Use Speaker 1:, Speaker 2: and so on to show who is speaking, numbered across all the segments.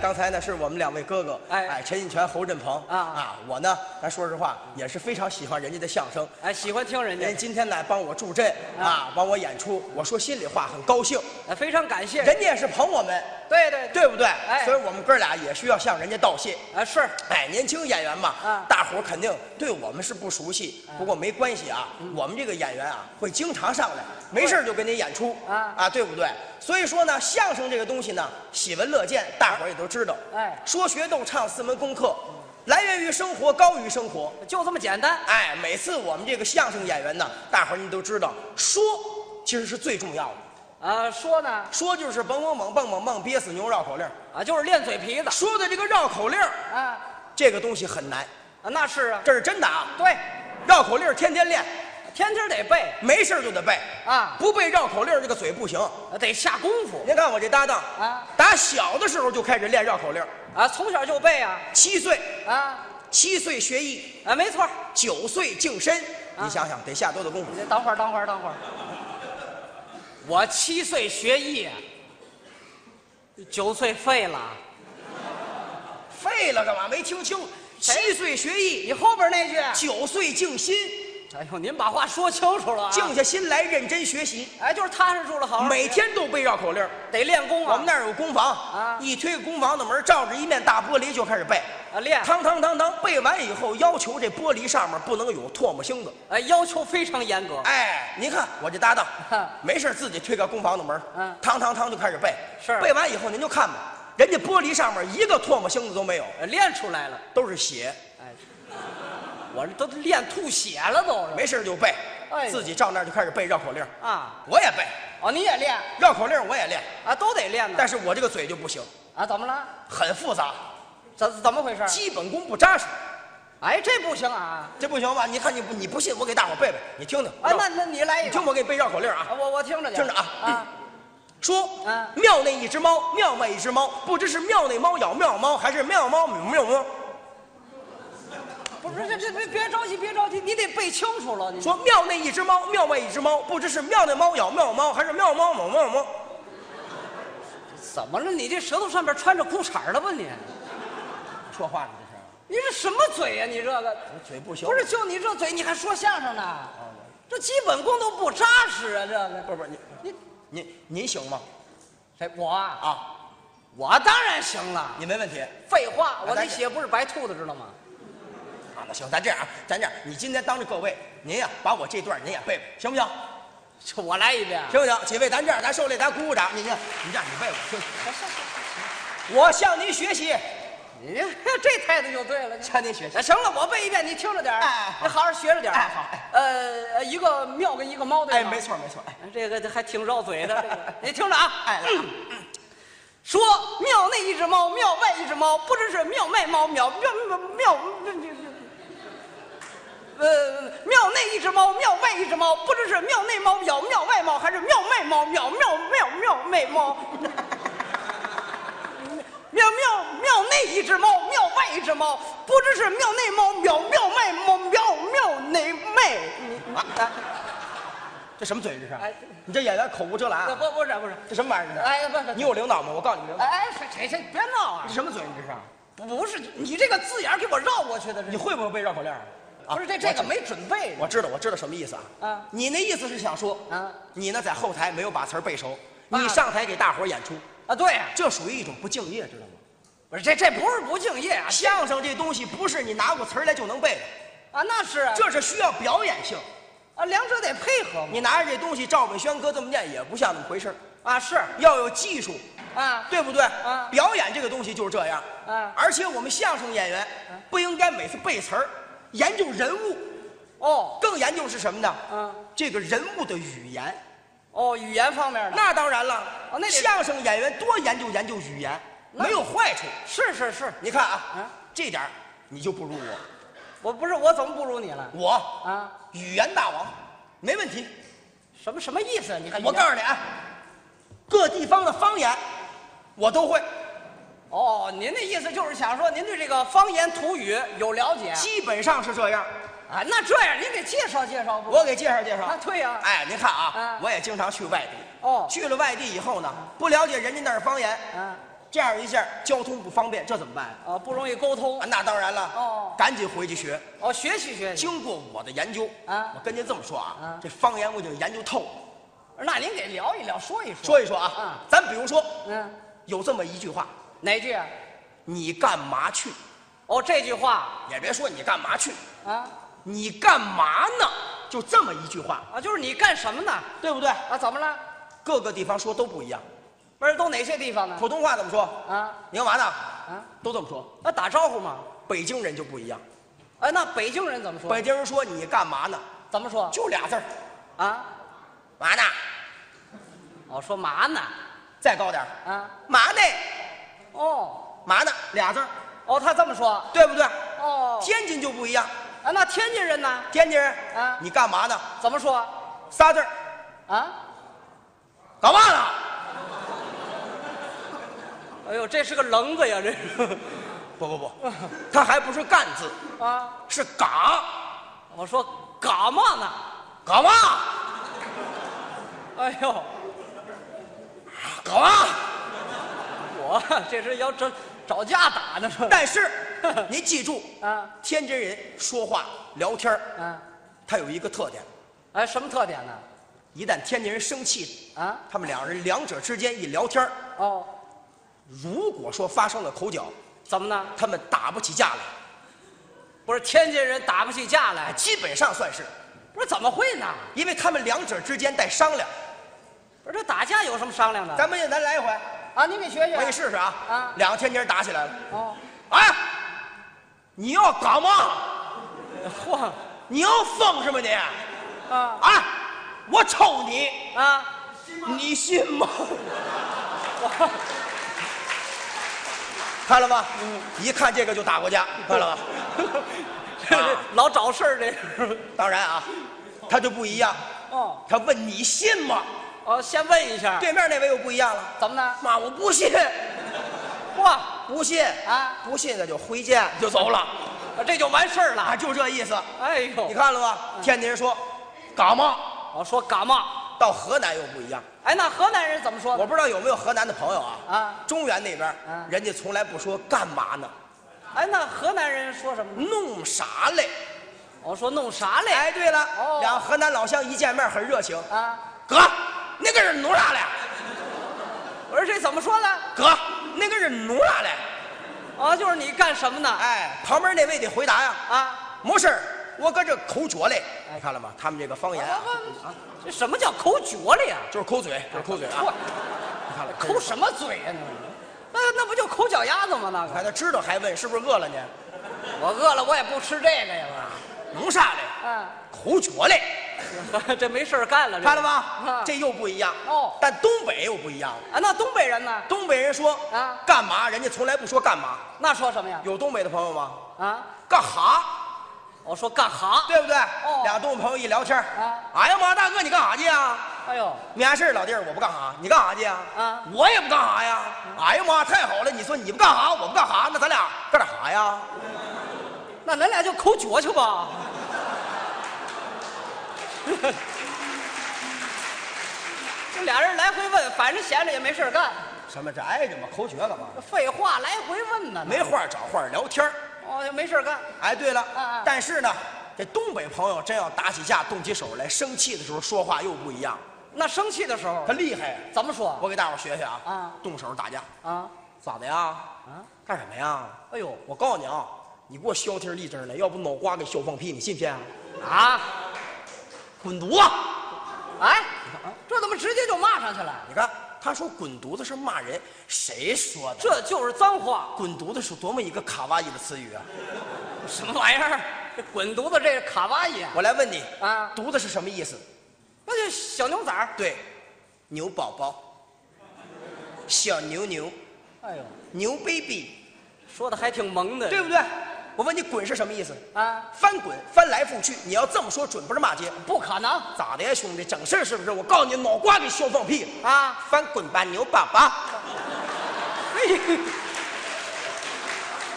Speaker 1: 刚才呢是我们两位哥哥，
Speaker 2: 哎
Speaker 1: 哎，陈印泉、侯振鹏
Speaker 2: 啊
Speaker 1: 啊，我呢，咱说实话也是非常喜欢人家的相声，
Speaker 2: 哎，喜欢听人
Speaker 1: 人家
Speaker 2: 家，
Speaker 1: 今天来帮我助阵啊，帮我演出，我说心里话很高兴，
Speaker 2: 哎非常感谢。
Speaker 1: 人家也是捧我们，
Speaker 2: 对对对，
Speaker 1: 对不对？
Speaker 2: 哎
Speaker 1: 所以我们哥俩也需要向人家道谢。
Speaker 2: 啊是，
Speaker 1: 哎，年轻演员嘛，
Speaker 2: 啊
Speaker 1: 大伙儿肯定对我们是不熟悉，不过没关系啊，
Speaker 2: 嗯
Speaker 1: 我们这个演员啊会经常上来，没事儿就给你演出
Speaker 2: 啊
Speaker 1: 对不对？所以说呢，相声这个东西呢，喜闻乐见，大伙儿也都知道。
Speaker 2: 哎嗯
Speaker 1: 说学逗唱四门功课，来源于生活，高于生活。
Speaker 2: 就这么简单。
Speaker 1: 哎，每次我们这个相声演员呢，大伙儿你都知道，说其实是最重要的，
Speaker 2: 啊，说呢，
Speaker 1: 说就是蹦蹦蹦蹦蹦蹦，憋死牛绕口令儿。
Speaker 2: 啊，就是练嘴皮子。
Speaker 1: 说的这个绕口令儿，
Speaker 2: 啊，
Speaker 1: 这个东西很难，
Speaker 2: 啊那是啊，
Speaker 1: 这是真的啊。
Speaker 2: 对，
Speaker 1: 绕口令儿天天练，
Speaker 2: 天天得背，
Speaker 1: 没事儿就得背
Speaker 2: 啊
Speaker 1: 不背绕口令儿这个嘴不行。
Speaker 2: 啊得下功夫
Speaker 1: 您看我这搭档
Speaker 2: 啊，
Speaker 1: 打小的时候就开始练绕口令儿，
Speaker 2: 啊，从小就背啊，
Speaker 1: 七岁，
Speaker 2: 啊，
Speaker 1: 七岁学艺，
Speaker 2: 啊，没错儿。
Speaker 1: 九岁净身。
Speaker 2: 啊
Speaker 1: 你想想得下多大功夫
Speaker 2: 你？等会儿，等会儿，等会儿。我七岁学艺，啊九岁废了。
Speaker 1: 废了干嘛？没听清，七岁学艺，
Speaker 2: 哎你后边那句，啊
Speaker 1: 九岁静心，
Speaker 2: 哎呦，您把话说清楚了啊！
Speaker 1: 静下心来认真学习，
Speaker 2: 哎，就是踏实住了，好好学
Speaker 1: 每天都背绕口令儿。
Speaker 2: 得练功啊。
Speaker 1: 我们那儿有工房
Speaker 2: 啊
Speaker 1: 一推工房的门，照着一面大玻璃就开始背。
Speaker 2: 啊练，
Speaker 1: 堂堂堂堂背完以后，要求这玻璃上面不能有唾沫星子。
Speaker 2: 哎，要求非常严格。
Speaker 1: 哎，您看我这搭档，没事自己推开工房的门，
Speaker 2: 嗯
Speaker 1: 堂堂堂就开始背。
Speaker 2: 是
Speaker 1: 背完以后您就看吧，人家玻璃上面一个唾沫星子都没有，
Speaker 2: 哎练出来了，
Speaker 1: 都是血。
Speaker 2: 哎，我这都练吐血了都是。
Speaker 1: 没事就背，
Speaker 2: 哎呦
Speaker 1: 自己照那儿就开始背绕口令。
Speaker 2: 啊，
Speaker 1: 我也背
Speaker 2: 哦，你也练
Speaker 1: 绕口令，我也练，
Speaker 2: 啊，都得练呢
Speaker 1: 但。是我这个嘴就不行，
Speaker 2: 啊，怎么了？
Speaker 1: 很复杂，
Speaker 2: 怎怎么回事？
Speaker 1: 基本功不扎实。
Speaker 2: 哎，这不行啊！
Speaker 1: 这不行吧？你看你不你不信，我给大伙背背，你听听。
Speaker 2: 啊，那那你来一
Speaker 1: 你
Speaker 2: 个，
Speaker 1: 听我给你背绕口令啊
Speaker 2: 啊，。我我听着去。
Speaker 1: 听着啊
Speaker 2: 啊，
Speaker 1: 说
Speaker 2: 嗯，
Speaker 1: 庙内一只猫，庙外一只猫，不知是庙内猫咬庙猫，还是庙猫咬庙猫。
Speaker 2: 不是，这这别别着急，别着急，你得背清楚了。你
Speaker 1: 说庙内一只猫，庙外一只猫，不知是庙内猫咬庙猫，还是庙猫咬庙猫。
Speaker 2: 怎么了？你这舌头上边穿着裤衩了吧你？
Speaker 1: 说话呢这
Speaker 2: 你这什么嘴呀、你这哦个
Speaker 1: 是，嘴不行。
Speaker 2: 不是就你这嘴，你还说相声呢？这基本功都不扎实啊！这个
Speaker 1: 不是不是
Speaker 2: 你
Speaker 1: 您您您行吗？
Speaker 2: 谁我啊？
Speaker 1: 啊，
Speaker 2: 我当然行了。
Speaker 1: 你没问题。
Speaker 2: 废话，我
Speaker 1: 咱
Speaker 2: 那血啊不是白吐的，知道吗？
Speaker 1: 啊，那行，咱这样啊，咱这样，你今天当着各位，您呀把我这段您也背背，行不行？
Speaker 2: 就我来一遍。
Speaker 1: 行不行？几位，咱这样，咱受累，咱鼓鼓掌。你看，你这样，你背我听。
Speaker 2: 行行行，
Speaker 1: 我向您学习，
Speaker 2: 你这 这态度就对了。
Speaker 1: 向您学习。
Speaker 2: 哎，行了，我背一遍，你听着点儿，
Speaker 1: 哎
Speaker 2: 你好好学着点儿啊。
Speaker 1: 哎好哎
Speaker 2: 呃，一个庙跟一个猫，对
Speaker 1: 哎，
Speaker 2: 吗
Speaker 1: 没错没错。哎
Speaker 2: 这个这还挺绕嘴的，这 个你听着啊，
Speaker 1: 哎来
Speaker 2: 嗯嗯说庙内一只猫，庙外一只猫，不知是庙卖猫，庙庙庙庙，呃，庙内一只猫，庙外一只猫，不知是庙内猫咬庙外猫，还是庙卖猫咬庙庙庙卖猫。庙庙庙内一只猫，庙外一只猫，不知是庙内猫咬庙卖猫庙庙内卖。你啊
Speaker 1: 这什么嘴这是？
Speaker 2: 哎
Speaker 1: 你这演员口无遮拦、啊，
Speaker 2: 不不是不是。
Speaker 1: 这什么玩意儿这是？
Speaker 2: 哎，不是，
Speaker 1: 你有领导吗？我告诉你领导，
Speaker 2: 哎，谁谁别闹啊
Speaker 1: 这！哎什么嘴你这是？
Speaker 2: 不是你这个字眼儿给我绕过去的，这
Speaker 1: 你会不会背绕口令啊？啊
Speaker 2: 不是这这个没准备
Speaker 1: 我知道，我知道什么意思啊。
Speaker 2: 啊
Speaker 1: 你那意思是想说，
Speaker 2: 啊
Speaker 1: 你呢在后台没有把词儿背熟，
Speaker 2: 啊
Speaker 1: 你上台给大伙儿演出，
Speaker 2: 啊？对呀、
Speaker 1: 这属于一种不敬业，知道吗？
Speaker 2: 不是这这不是不敬业啊
Speaker 1: 相声这东西不是你拿过词儿来就能背的，
Speaker 2: 啊，那是啊，
Speaker 1: 这是需要表演性。
Speaker 2: 啊两者得配合嘛
Speaker 1: 你拿着这东西照本宣科这么念也不像那么回事儿，
Speaker 2: 啊是
Speaker 1: 要有技术，
Speaker 2: 啊
Speaker 1: 对不对？
Speaker 2: 啊
Speaker 1: 表演这个东西就是这样。
Speaker 2: 啊
Speaker 1: 而且我们相声演员不应该每次背词儿，研究人物，
Speaker 2: 哦
Speaker 1: 更研究是什么呢？
Speaker 2: 嗯
Speaker 1: 这个人物的语言。
Speaker 2: 哦语言方面 的
Speaker 1: 那当然了，
Speaker 2: 哦那得
Speaker 1: 相声演员多研究研究语言，
Speaker 2: 那
Speaker 1: 没有坏处。
Speaker 2: 是是是，
Speaker 1: 你看啊，
Speaker 2: 啊
Speaker 1: 这点儿你就不如我，
Speaker 2: 我不是我怎么不如你了
Speaker 1: 我
Speaker 2: 啊？
Speaker 1: 语言大王，没问题。
Speaker 2: 什么什么意思啊？你看
Speaker 1: 我告诉你啊，各地方的方言我都会，
Speaker 2: 哎哦，您的意思就是想说您对这个方言土语有了解
Speaker 1: 基本上是这样。
Speaker 2: 啊？那这样您给介绍介绍不？
Speaker 1: 我给介绍介绍。
Speaker 2: 啊对呀、
Speaker 1: 哎，您看啊，
Speaker 2: 啊
Speaker 1: 我也经常去外地。
Speaker 2: 哦
Speaker 1: 去了外地以后呢，不了解人家那儿方言，
Speaker 2: 啊
Speaker 1: 这样一下交通不方便，这怎么办？
Speaker 2: 啊，不容易沟通
Speaker 1: 啊，。那当然了，
Speaker 2: 哦
Speaker 1: 赶紧回去学。
Speaker 2: 哦，学习学习。
Speaker 1: 经过我的研究，
Speaker 2: 啊
Speaker 1: 我跟您这么说啊
Speaker 2: 啊，
Speaker 1: 这方言我已经研究透了。
Speaker 2: 那您给聊一聊，说一说。
Speaker 1: 说一说啊
Speaker 2: 啊，
Speaker 1: 咱比如说
Speaker 2: 嗯，
Speaker 1: 有这么一句话，
Speaker 2: 哪句啊？
Speaker 1: 你干嘛去？
Speaker 2: 哦，这句话
Speaker 1: 也别说你干嘛去，
Speaker 2: 啊
Speaker 1: 你干嘛呢？就这么一句话，
Speaker 2: 啊，就是你干什么呢？
Speaker 1: 对不对？
Speaker 2: 啊，怎么了？
Speaker 1: 各个地方说都不一样。
Speaker 2: 不是都哪些地方呢？
Speaker 1: 普通话怎么说？
Speaker 2: 啊
Speaker 1: 你干嘛呢？
Speaker 2: 啊，
Speaker 1: 都这么说。
Speaker 2: 那打招呼嘛。
Speaker 1: 北京人就不一样，
Speaker 2: 哎，那北京人怎么说？
Speaker 1: 北京人说你干嘛呢？
Speaker 2: 怎么说？
Speaker 1: 就俩字儿，
Speaker 2: 啊，
Speaker 1: 嘛呢？
Speaker 2: 哦，说嘛呢？
Speaker 1: 再高点儿，
Speaker 2: 啊，
Speaker 1: 嘛呢？
Speaker 2: 哦
Speaker 1: 嘛呢？俩字儿，
Speaker 2: 哦，他这么说。
Speaker 1: 对不对？
Speaker 2: 哦，
Speaker 1: 天津就不一样，
Speaker 2: 啊，那天津人呢？
Speaker 1: 天津人，
Speaker 2: 啊
Speaker 1: 你干嘛呢？
Speaker 2: 怎么说？
Speaker 1: 仨字儿，
Speaker 2: 啊？
Speaker 1: 干嘛呢？
Speaker 2: 哎呦，这是个棱子呀，这是。
Speaker 1: 不不不，他还不是干字，
Speaker 2: 啊，
Speaker 1: 是嘎
Speaker 2: 我说干嘛呢？
Speaker 1: 干嘛
Speaker 2: 哎呦，
Speaker 1: 干嘛。
Speaker 2: 我啊这是要找找架打呢，这
Speaker 1: 但是你记住，
Speaker 2: 啊
Speaker 1: 天津人说话聊天儿
Speaker 2: 啊，
Speaker 1: 他有一个特点，
Speaker 2: 哎，什么特点呢？
Speaker 1: 一旦天津人生气，
Speaker 2: 啊，
Speaker 1: 他们两人两者之间一聊天儿
Speaker 2: 哦，
Speaker 1: 如果说发生了口角，
Speaker 2: 怎么呢？
Speaker 1: 他们打不起架来，哎
Speaker 2: 不是天津人打不起架来，
Speaker 1: 基本上算是，
Speaker 2: 不是怎么会呢？
Speaker 1: 因为他们两者之间在商量。
Speaker 2: 不是这打架有什么商量的？
Speaker 1: 咱们也咱来一回，
Speaker 2: 啊，您给学学。
Speaker 1: 我给你试试啊。
Speaker 2: 啊
Speaker 1: 两个天津人打起来了，
Speaker 2: 哦，
Speaker 1: 哎，你要干嘛？
Speaker 2: 嚯，
Speaker 1: 你要疯是吗你？
Speaker 2: 啊
Speaker 1: 哎，我抽你，
Speaker 2: 啊，
Speaker 1: 你信吗？
Speaker 2: 我
Speaker 1: 看了吧，一看这个就打过架，看了吧？ 啊
Speaker 2: 老找事儿这是。
Speaker 1: 当然啊，他就不一样，
Speaker 2: 哦
Speaker 1: 他问你信吗？
Speaker 2: 哦，先问一下，
Speaker 1: 对面那位又不一样了，
Speaker 2: 怎么呢？
Speaker 1: 妈，我不信，
Speaker 2: 嚯，
Speaker 1: 不信
Speaker 2: 啊
Speaker 1: 不信那就回见，就走了
Speaker 2: 这就完事儿了。
Speaker 1: 啊，就这意思。
Speaker 2: 哎呦，
Speaker 1: 你看了吧？天津人说嘎嘛，
Speaker 2: 我说干嘛？
Speaker 1: 到河南又不一样。
Speaker 2: 哎，那河南人怎么说
Speaker 1: 我
Speaker 2: 呢？
Speaker 1: 不知道有没有河南的朋友啊？
Speaker 2: 啊
Speaker 1: 中原那边
Speaker 2: 嗯
Speaker 1: 人家从来不说干嘛呢，
Speaker 2: 哎，那河南人说什么呢？
Speaker 1: 弄啥嘞？
Speaker 2: 我说弄啥嘞？
Speaker 1: 哎，对了
Speaker 2: 哦，
Speaker 1: 两河南老乡一见面很热情。
Speaker 2: 啊，
Speaker 1: 哥，那个人弄啥嘞？
Speaker 2: 我说这怎么说呢？
Speaker 1: 哥，那个人弄啥嘞？
Speaker 2: 啊，就是你干什么呢？哎
Speaker 1: 哎，旁边那位得回答呀。
Speaker 2: 啊，
Speaker 1: 没事儿，我搁这口角嘞。哎，看了吗？他们这个方言啊，
Speaker 2: 啊，这什么叫抠脚了呀？
Speaker 1: 就是抠嘴，就是抠嘴啊。
Speaker 2: 嚯
Speaker 1: 你看了，
Speaker 2: 抠什么嘴啊呀、那那那不就抠脚丫子吗？那
Speaker 1: 看他
Speaker 2: 个，
Speaker 1: 知道还问是不是饿了呢？
Speaker 2: 我饿了，我也不吃这个呀。
Speaker 1: 弄啥嘞？
Speaker 2: 啊，
Speaker 1: 口角嘞。
Speaker 2: 这没事儿干了。这
Speaker 1: 看了
Speaker 2: 啊
Speaker 1: 吗？这又不一样
Speaker 2: 哦
Speaker 1: 但东北又不一样了。
Speaker 2: 啊，那东北人呢？
Speaker 1: 东北人说
Speaker 2: 啊
Speaker 1: 干嘛？人家从来不说干嘛。
Speaker 2: 那说什么呀？
Speaker 1: 有东北的朋友吗？
Speaker 2: 啊，
Speaker 1: 干哈？
Speaker 2: 我说干哈？
Speaker 1: 对不对？
Speaker 2: 哦
Speaker 1: 俩东北朋友一聊天儿，
Speaker 2: 啊
Speaker 1: 哎呀妈，大哥你干啥去呀？
Speaker 2: 哎呦，
Speaker 1: 没啥事儿老弟儿，我不干啥，你干啥去呀？
Speaker 2: 啊
Speaker 1: 我也不干啥呀。哎呀妈，太好了！你说你不干啥，我不干啥，那咱俩干点啥呀？
Speaker 2: 那咱俩就抠脚去吧。 这俩人来回问，反正闲着也没事儿干，
Speaker 1: 什么这哎你们口角干嘛？
Speaker 2: 这废话来回问呢。
Speaker 1: 没话找话聊天儿
Speaker 2: 哦，也没事儿干。
Speaker 1: 哎，对了，
Speaker 2: 啊啊
Speaker 1: 但是呢，这东北朋友真要打起架、动起手来，生气的时候说话又不一样，
Speaker 2: 那生气的时候
Speaker 1: 他厉害。
Speaker 2: 怎么说？
Speaker 1: 我给大伙儿学学啊，
Speaker 2: 啊
Speaker 1: 动手打架，
Speaker 2: 啊，
Speaker 1: 咋的呀？
Speaker 2: 啊，
Speaker 1: 干什么呀？
Speaker 2: 哎呦
Speaker 1: 我告诉你啊，你给我消停立正来，要不脑瓜给削放屁，你信不信啊？
Speaker 2: 啊，
Speaker 1: 滚犊啊子！
Speaker 2: 哎，这怎么直接就骂上去了？
Speaker 1: 你看他说滚犊子是骂人，谁说的？
Speaker 2: 这就是脏话，
Speaker 1: 滚犊子是多么一个卡哇伊的词语啊！
Speaker 2: 什么玩意儿？这滚犊子，这是卡哇伊啊，
Speaker 1: 我来问你
Speaker 2: 啊
Speaker 1: 犊子是什么意思？
Speaker 2: 那就小牛仔儿。
Speaker 1: 对，牛宝宝，小牛牛，
Speaker 2: 哎呦，
Speaker 1: 牛 baby，
Speaker 2: 说的还挺萌的。
Speaker 1: 对不对？我问你滚是什么意思？
Speaker 2: 啊，
Speaker 1: 翻滚，翻来覆去，你要这么说准不是骂街。
Speaker 2: 不可能
Speaker 1: 咋的呀，兄弟？整事儿是不是？我告诉你，脑瓜给削放屁！
Speaker 2: 啊。
Speaker 1: 翻滚吧，牛粑粑！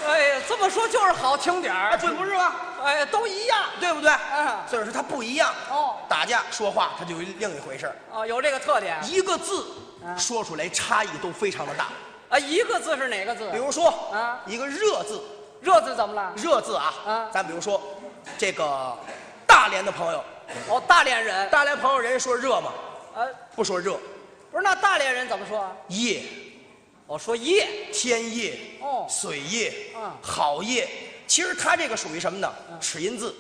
Speaker 2: 哎呀，这么说就是好听点
Speaker 1: 哎，
Speaker 2: 儿，
Speaker 1: 准不是吗？
Speaker 2: 哎呀，都一样
Speaker 1: 对不对？
Speaker 2: 嗯
Speaker 1: 所以说它不一样。
Speaker 2: 哦
Speaker 1: 打架说话它就另一回事儿，
Speaker 2: 哦，有这个特点。
Speaker 1: 一个字
Speaker 2: 嗯
Speaker 1: 说出来差异都非常的大。
Speaker 2: 啊，一个字是哪个字
Speaker 1: 比？如说
Speaker 2: 啊
Speaker 1: 一个热字，
Speaker 2: 热字怎么了？
Speaker 1: 热字
Speaker 2: 啊
Speaker 1: 啊，咱比如说这个大连的朋友，
Speaker 2: 哦，大连人。
Speaker 1: 大连朋友人家说热吗？
Speaker 2: 呃，
Speaker 1: 不说热，
Speaker 2: 不是，那大连人怎么说？
Speaker 1: 夜
Speaker 2: 哦，说夜。
Speaker 1: 天夜
Speaker 2: 哦
Speaker 1: 水夜
Speaker 2: 嗯
Speaker 1: 好夜，其实它这个属于什么呢？
Speaker 2: 啊
Speaker 1: 齿音字，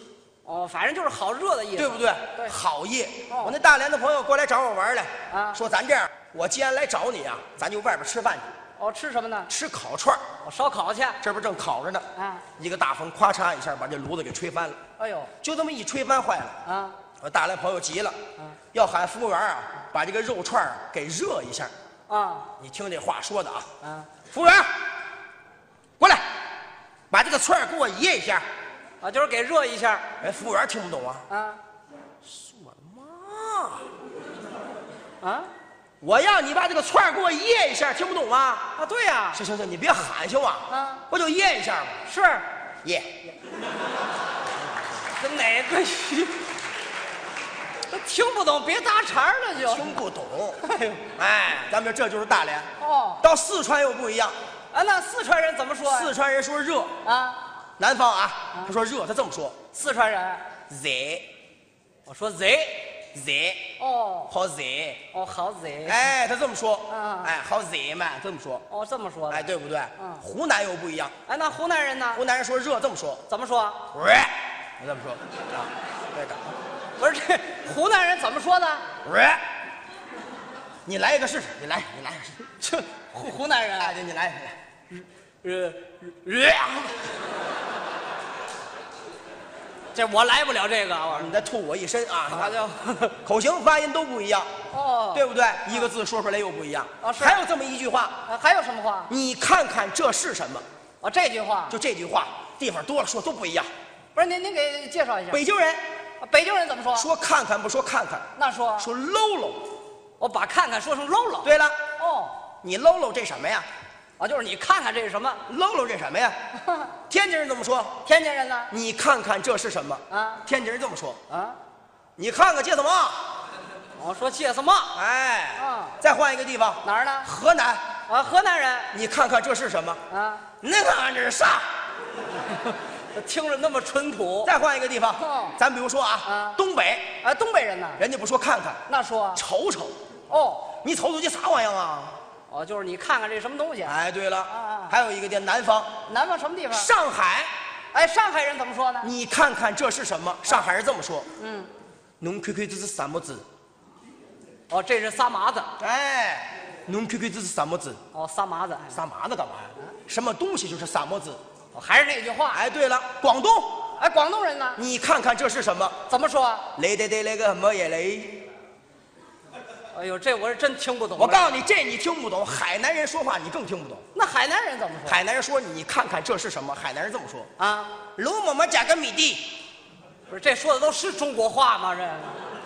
Speaker 2: 哦，反正就是好热的意思。
Speaker 1: 对不对？
Speaker 2: 对
Speaker 1: 好夜，
Speaker 2: 哦
Speaker 1: 我那大连的朋友过来找我玩来，
Speaker 2: 啊
Speaker 1: 说咱这样，我既然来找你啊，咱就外边吃饭去，
Speaker 2: 哦，吃什么呢？
Speaker 1: 吃烤串儿
Speaker 2: 哦，烧烤去。
Speaker 1: 这不正烤着呢，
Speaker 2: 啊，
Speaker 1: 一个大风咵嚓一下把这炉子给吹翻了，
Speaker 2: 哎呦，
Speaker 1: 就这么一吹翻坏了。
Speaker 2: 啊，
Speaker 1: 我大连朋友急了，
Speaker 2: 嗯
Speaker 1: 要喊服务员啊，把这个肉串儿给热一下。
Speaker 2: 啊，
Speaker 1: 你听这话说的啊，
Speaker 2: 啊，
Speaker 1: 服务员，过来，把这个串儿给我掖一下。
Speaker 2: 啊，就是给热一下。
Speaker 1: 哎，服务员听不懂啊，
Speaker 2: 啊，
Speaker 1: 妈，
Speaker 2: 啊，
Speaker 1: 我让你把这个串儿给我掖一下，听不懂吗？
Speaker 2: 啊，对呀、
Speaker 1: 行行行，你别喊行吗
Speaker 2: 啊？
Speaker 1: 不就掖一下吗？
Speaker 2: 是，
Speaker 1: 掖，
Speaker 2: 这哪个鱼？都听不懂，别搭茬儿了就。
Speaker 1: 听不懂。
Speaker 2: 哎呦，
Speaker 1: 哎，咱们这就是大连。
Speaker 2: 哦，
Speaker 1: 到四川又不一样，
Speaker 2: 啊，那四川人怎么说呀？
Speaker 1: 四川人说热，
Speaker 2: 啊，
Speaker 1: 南方啊，他说热，他这么说，
Speaker 2: 四川人，
Speaker 1: 热
Speaker 2: 我说贼。
Speaker 1: 热，
Speaker 2: 哦，
Speaker 1: 好热。
Speaker 2: 哦，好贼。
Speaker 1: 哎，他这么说
Speaker 2: 啊，
Speaker 1: 哎，好热嘛，这么说，
Speaker 2: 哦，这么说的。
Speaker 1: 哎，
Speaker 2: 哎，
Speaker 1: 对不对
Speaker 2: 嗯？
Speaker 1: 湖南又不一样，
Speaker 2: 那哎湖南人呢？
Speaker 1: 湖南人说热这么说，
Speaker 2: 怎么说？
Speaker 1: 喂，这么说，啊，对的，
Speaker 2: 不是这湖南人怎么说的？
Speaker 1: 喂，你来一个试试，你来，你来一个试试，
Speaker 2: 这湖湖南人
Speaker 1: 哎，
Speaker 2: 啊，
Speaker 1: 对，你来，你来，
Speaker 2: 呃，呃这我来不了这个，我
Speaker 1: 你再吐我一身啊！
Speaker 2: 他
Speaker 1: 你看
Speaker 2: 就
Speaker 1: 口型发音都不一样，
Speaker 2: 哦，
Speaker 1: 对不对？一个字说出来又不一样。
Speaker 2: 啊是
Speaker 1: 还有这么一句话，
Speaker 2: 啊，还有什么话？
Speaker 1: 你看看这是什么？
Speaker 2: 哦，这句话
Speaker 1: 就这句话，地方多了说都不一样。
Speaker 2: 不是您您给介绍一下。
Speaker 1: 北京人
Speaker 2: 啊北京人怎么说？
Speaker 1: 说看看不说看看，
Speaker 2: 那说
Speaker 1: 说喽喽。
Speaker 2: 我把看看说成喽喽。
Speaker 1: 对了，
Speaker 2: 哦，
Speaker 1: 你喽喽这什么呀？
Speaker 2: 啊，就是你看看这是什么？
Speaker 1: 喽喽这什么呀？天津人怎么说？
Speaker 2: 天津人呢？
Speaker 1: 你看看这是什么？
Speaker 2: 啊
Speaker 1: 天津人这么说，
Speaker 2: 啊，
Speaker 1: 你看看这什么？
Speaker 2: 我说介什么？
Speaker 1: 哎，
Speaker 2: 啊
Speaker 1: 再换一个地方，
Speaker 2: 哪儿呢？
Speaker 1: 河南，
Speaker 2: 啊，河南人
Speaker 1: 你看看这是什么？
Speaker 2: 啊，
Speaker 1: 那看这是啥？
Speaker 2: 听着那么淳朴。
Speaker 1: 再换一个地方，
Speaker 2: 哦
Speaker 1: 咱比如说啊，
Speaker 2: 啊
Speaker 1: 东北，
Speaker 2: 啊，东北人呢？
Speaker 1: 人家不说看看，
Speaker 2: 那说
Speaker 1: 瞅瞅，
Speaker 2: 哦
Speaker 1: 你瞅瞅这啥玩意儿啊？
Speaker 2: 哦，就是你看看这什么东西？
Speaker 1: 哎，对了，
Speaker 2: 啊
Speaker 1: 还有一个叫南方，
Speaker 2: 南方什么地方？
Speaker 1: 上海，
Speaker 2: 哎，上海人怎么说呢？
Speaker 1: 你看看这是什么？上海人这么说，
Speaker 2: 嗯，
Speaker 1: 侬看看这是什么子？
Speaker 2: 哦，这是撒麻子，
Speaker 1: 哎，侬看看这是什么子？
Speaker 2: 哦，撒麻子，
Speaker 1: 撒麻子干嘛呀？什么东西就是撒么子？
Speaker 2: 哦还是那句话。
Speaker 1: 哎，对了，广东，
Speaker 2: 哎，广东人呢？
Speaker 1: 你看看这是什么？
Speaker 2: 怎么说？
Speaker 1: 雷得得那个什么也雷。
Speaker 2: 哎呦，这我是真听不懂了。
Speaker 1: 我告诉你，这你听不懂。海南人说话你更听不懂。
Speaker 2: 那海南人怎么说？
Speaker 1: 海南人说你看看这是什么？海南人这么说：
Speaker 2: 啊，
Speaker 1: 卢某某加个米地。
Speaker 2: 不是这说的都是中国话吗？这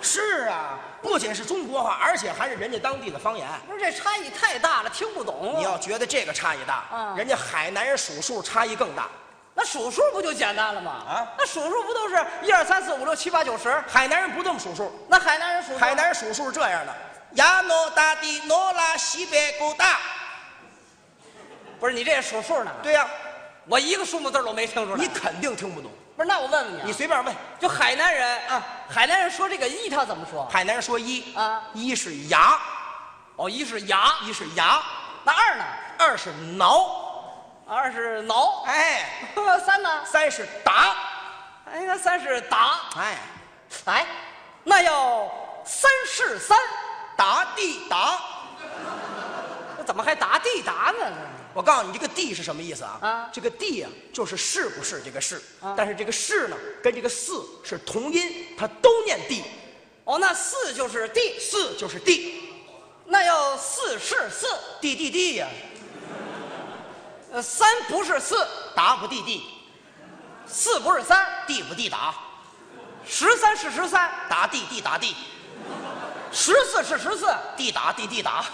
Speaker 1: 是啊，不仅是中国话，而且还是人家当地的方言。
Speaker 2: 不是这差异太大了，听不懂。啊
Speaker 1: 你要觉得这个差异大，
Speaker 2: 嗯
Speaker 1: 人家海南人数数差异更大。
Speaker 2: 那数数不就简单了吗？
Speaker 1: 啊
Speaker 2: 那数数不都是一二三四五六七八九十？
Speaker 1: 海南人不这么数数，
Speaker 2: 那海南人数数
Speaker 1: 海南人数数是这样的：呀诺大地诺拉西北勾大。
Speaker 2: 不是你这数数呢？
Speaker 1: 对呀、
Speaker 2: 我一个数目字儿都没听出来。
Speaker 1: 你肯定听不懂。
Speaker 2: 不是那我问问你啊，
Speaker 1: 你随便问，
Speaker 2: 就海南人
Speaker 1: 啊
Speaker 2: 海南人说这个一他怎么说？
Speaker 1: 海南人说一
Speaker 2: 啊
Speaker 1: 一是牙，
Speaker 2: 哦，一是牙，
Speaker 1: 一是牙，
Speaker 2: 那二呢？啊
Speaker 1: 二是挠，
Speaker 2: 二是挠，
Speaker 1: 哎，
Speaker 2: 三呢？
Speaker 1: 三是打，
Speaker 2: 哎，那三是打，
Speaker 1: 哎，
Speaker 2: 哎，那要三是三，
Speaker 1: 打地打。
Speaker 2: 那怎么还打地打呢？
Speaker 1: 我告诉你，这个地是什么意思啊？
Speaker 2: 啊
Speaker 1: 这个地呀、就是是不是这个是，
Speaker 2: 啊
Speaker 1: 但是这个是呢，跟这个四是同音，它都念地，
Speaker 2: 哦，那四就是地，
Speaker 1: 四就是地，
Speaker 2: 那要四是四，
Speaker 1: 地地地呀、
Speaker 2: 呃，三不是四，
Speaker 1: 打不地地，
Speaker 2: 四不是三，
Speaker 1: 地不地打，
Speaker 2: 十三是十三，
Speaker 1: 打地地打地，
Speaker 2: 十四是十四，
Speaker 1: 地打地地打，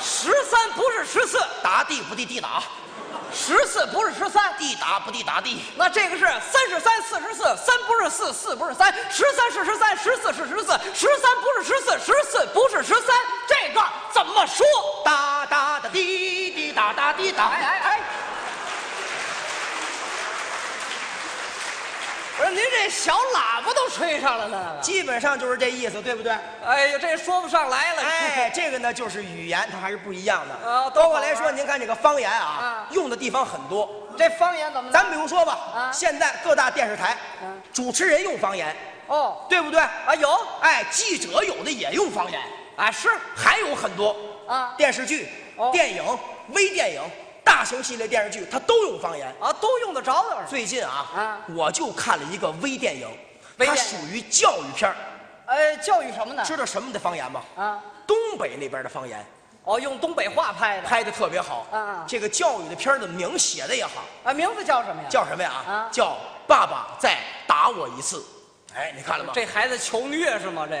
Speaker 2: 十三不是十四，
Speaker 1: 打地不地地打，
Speaker 2: 十四不是十三，
Speaker 1: 地打不地打地，
Speaker 2: 那这个是三是三，四十四，三不是四，四不是三，十三是十三，十四是十四，十三不是十四，十四不是十三，这个怎么说？
Speaker 1: 哒哒哒滴滴
Speaker 3: 哒哒滴
Speaker 2: 哎
Speaker 3: 哒。
Speaker 2: 哎哎！不是您这小喇叭都吹上了呢？
Speaker 1: 基本上就是这意思，对不 对？
Speaker 2: 哎呀，这说不上来了。
Speaker 1: 哎，这个呢就是语言，它还是不一样的。
Speaker 2: 啊都
Speaker 1: 包
Speaker 2: 好
Speaker 1: 括
Speaker 2: 玩
Speaker 1: 来说，您看这个方言啊
Speaker 2: 啊，
Speaker 1: 用的地方很多。
Speaker 2: 这方言怎么？
Speaker 1: 咱比如说吧
Speaker 2: 啊，
Speaker 1: 现在各大电视台
Speaker 2: 嗯，
Speaker 1: 主持人用方言，
Speaker 2: 哦
Speaker 1: 对不对？
Speaker 2: 啊有
Speaker 1: 哎，记者有的也用方言，
Speaker 2: 啊是
Speaker 1: 还有很多
Speaker 2: 啊
Speaker 1: 电视剧
Speaker 2: 哦、
Speaker 1: 电影、微电影、大型系列电视剧，它都用方言。
Speaker 2: 啊都用得着的。
Speaker 1: 最近啊
Speaker 2: 啊，
Speaker 1: 我就看了一个微电影，
Speaker 2: 微
Speaker 1: 它
Speaker 2: 电影
Speaker 1: 属于教育片儿
Speaker 2: 哎，教育什么呢？
Speaker 1: 知道什么的方言吗？
Speaker 2: 啊
Speaker 1: 东北那边的方言
Speaker 2: 哦，用东北话拍的。
Speaker 1: 拍的特别好
Speaker 2: 啊
Speaker 1: 这个教育的片儿的名写的也好，
Speaker 2: 啊，名字叫什么呀？
Speaker 1: 叫什么呀？
Speaker 2: 啊
Speaker 1: 叫《爸爸再打我一次》。哎，你看了吗？
Speaker 3: 这孩子求虐是吗？这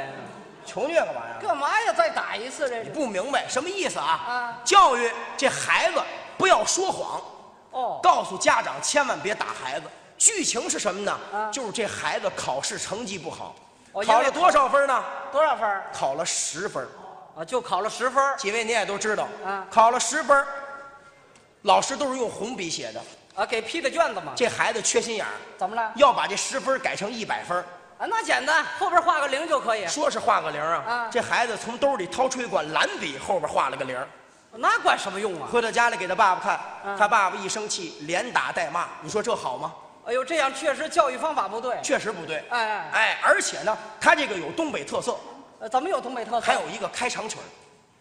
Speaker 1: 求虐干嘛呀？
Speaker 2: 干嘛呀？再打一次这
Speaker 1: 你
Speaker 2: 是？
Speaker 1: 不明白什么意思啊？
Speaker 2: 啊
Speaker 1: 教育这孩子不要说谎，
Speaker 2: 哦
Speaker 1: 告诉家长千万别打孩子。剧情是什么呢？
Speaker 2: 啊
Speaker 1: 就是这孩子考试成绩不好，
Speaker 2: 哦因为
Speaker 1: 考了多少分呢？
Speaker 2: 多少分儿
Speaker 1: 考了十分。
Speaker 3: 啊，就考了十分儿
Speaker 1: 几位你也都知道，
Speaker 2: 啊
Speaker 1: 考了十分，老师都是用红笔写的。
Speaker 3: 啊，给批的卷子嘛。
Speaker 1: 这孩子缺心眼儿，
Speaker 2: 怎么了？
Speaker 1: 要把这十分改成一百分儿。
Speaker 3: 啊，那简单，后边画个零就可以。
Speaker 1: 说是画个零啊，
Speaker 2: 啊
Speaker 1: 这孩子从兜里掏出一管蓝笔，后边画了个零儿。
Speaker 3: 那管什么用啊？
Speaker 1: 回到家里给他爸爸
Speaker 2: 啊
Speaker 1: 看，他爸爸一生气连打带骂，你说这好吗？
Speaker 3: 哎呦，这样确实教育方法不
Speaker 2: 啊
Speaker 3: 对。
Speaker 1: 确实不对。
Speaker 3: 哎哎
Speaker 1: 哎，而且呢，他这个有东北特色，
Speaker 3: 呃怎么有东北特色？
Speaker 1: 还有一个开场曲儿，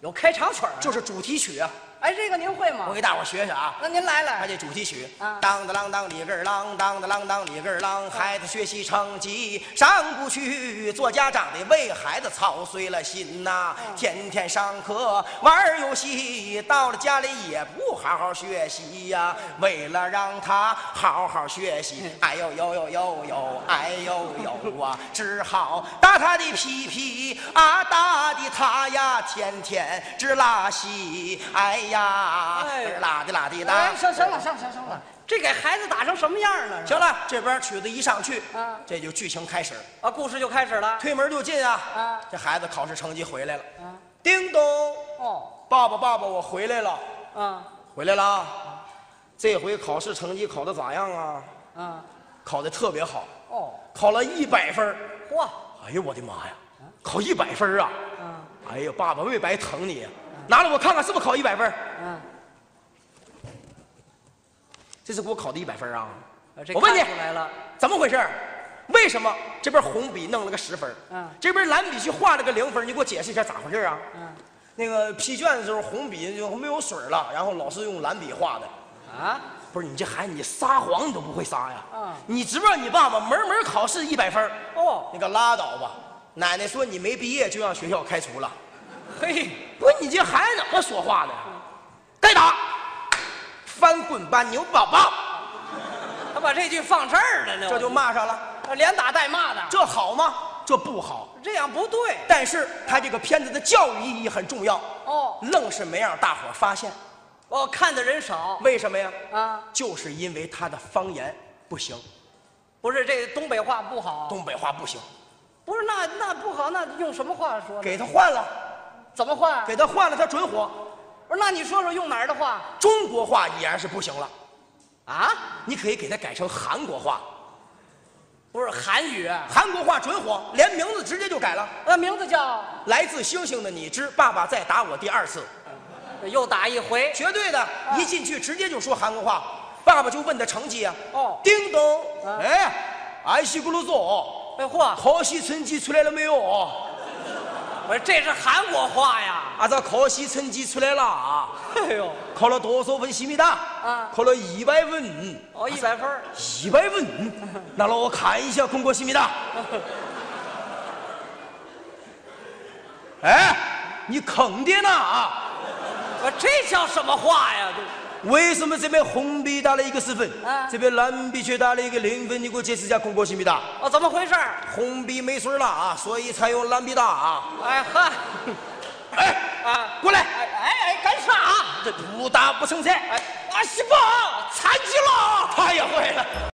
Speaker 3: 有开场曲儿啊。
Speaker 1: 就是主题曲啊。
Speaker 2: 哎，这个您会
Speaker 1: 我
Speaker 2: 吗？
Speaker 1: 给大伙儿学学啊。
Speaker 2: 那您来
Speaker 1: 他
Speaker 2: 来。
Speaker 1: 这主题曲，
Speaker 2: 啊
Speaker 1: 当当啷当里个儿啷，当当啷当里个儿啷，孩子学习成绩上不去，做家长的为孩子操碎了心呐、天天上课玩儿游戏，到了家里也不好好学习呀、为了让他好好学习，哎呦呦呦呦呦，哎呦呦啊，只好打他的屁屁啊，打的他呀，天天直拉稀，哎呀，
Speaker 3: 哎
Speaker 1: 直拉的拉的拉。
Speaker 2: 哎，行行了，行行行了，
Speaker 3: 这给孩子打成什么样了？
Speaker 1: 行了，这边曲子一上去，
Speaker 2: 啊
Speaker 1: 这就剧情开始，
Speaker 3: 啊，故事就开始了。
Speaker 1: 推门就进啊。
Speaker 2: 啊
Speaker 1: 这孩子考试成绩回来了，叮咚，
Speaker 2: 哦，
Speaker 1: 爸爸爸爸，我回来了，
Speaker 3: 嗯
Speaker 2: 啊
Speaker 1: 回来了啊。这回考试成绩考的咋样啊？
Speaker 2: 啊，
Speaker 1: 考的特别好，
Speaker 2: 哦，
Speaker 1: 考了一百分儿
Speaker 2: 嚯，
Speaker 1: 哎呦我的妈呀，考一百分儿啊！
Speaker 2: 嗯
Speaker 1: 哎呀，爸爸没白疼你，啊拿来我看看是不是考一百分儿。
Speaker 2: 嗯，
Speaker 1: 这次给我考的一百分儿啊？
Speaker 3: 啊这
Speaker 1: 我问你
Speaker 3: 看出来了，
Speaker 1: 怎么回事儿？为什么这边红笔弄了个十分儿？
Speaker 2: 嗯
Speaker 1: 这边蓝笔去画了个零分儿？你给我解释一下咋回事儿啊？
Speaker 2: 嗯，
Speaker 1: 那个批卷的时候红笔就没有水儿了，然后老师用蓝笔画的。
Speaker 3: 啊，
Speaker 1: 不是你这孩子，你撒谎你都不会撒呀？
Speaker 2: 嗯
Speaker 1: 你知不知道你爸爸门门考试一百分儿？
Speaker 3: 哦，
Speaker 1: 你可拉倒吧！奶奶说你没毕业就让学校开除了。
Speaker 3: 嘿，
Speaker 1: 不是你这孩子怎么说话的？该打，翻滚吧牛宝宝！
Speaker 3: 他把这句放这儿了呢，
Speaker 1: 这就骂上了，
Speaker 3: 啊连打带骂的，
Speaker 1: 这好吗？这不好。
Speaker 3: 这样不对。
Speaker 1: 但是他这个片子的教育意义很重要，
Speaker 2: 哦
Speaker 1: 愣是没让大伙儿发现，
Speaker 3: 哦，看的人少，
Speaker 1: 为什么呀？
Speaker 2: 啊，
Speaker 1: 就是因为他的方言不行，
Speaker 3: 不是这东北话不好，
Speaker 1: 东北话不行，
Speaker 2: 不是那那不好，那用什么话说呢？
Speaker 1: 给他换了，
Speaker 2: 怎么换？
Speaker 1: 给他换了，他准火。
Speaker 2: 不是，那你说说用哪儿的话
Speaker 1: 中国话已然是不行了，
Speaker 3: 啊？
Speaker 1: 你可以给他改成韩国话，
Speaker 3: 不是韩语，
Speaker 1: 韩国话准火，连名字直接就改了。
Speaker 2: 呃，名字叫
Speaker 1: 来自星星的你之爸爸再打我第二次，
Speaker 3: 又打一回，
Speaker 1: 绝对的，一进去直接就说韩国话，爸爸就问他成绩啊，
Speaker 2: 哦
Speaker 1: 叮咚，哎，俺西咕噜走，
Speaker 3: 哎嚯，
Speaker 1: 考试成绩出来了没有？
Speaker 3: 不是这是韩国话 呀？
Speaker 1: 啊，这考试成绩出来了啊，
Speaker 3: 哎呦，
Speaker 1: 考了多少分？西米达？
Speaker 2: 啊
Speaker 1: 考了一百分五，
Speaker 3: 哦，一百分儿，
Speaker 1: 一百分五， 那让我看一下功课，西米达。哎，你坑爹呢啊！
Speaker 3: 我这叫什么话呀？这
Speaker 1: 为什么这边红笔打了一个十分，
Speaker 2: 啊
Speaker 1: 这边蓝笔却打了一个零分？你给我解释一下功课，西米达。
Speaker 3: 哦，怎么回事儿？
Speaker 1: 红笔没水了啊，所以才用蓝笔打啊。
Speaker 3: 哎哈，
Speaker 1: 哎，
Speaker 3: 啊，
Speaker 1: 过来，
Speaker 3: 哎哎哎，干啥？
Speaker 1: 这不打不成才。
Speaker 3: 哎，阿西吧，残疾了。
Speaker 1: 他也会了。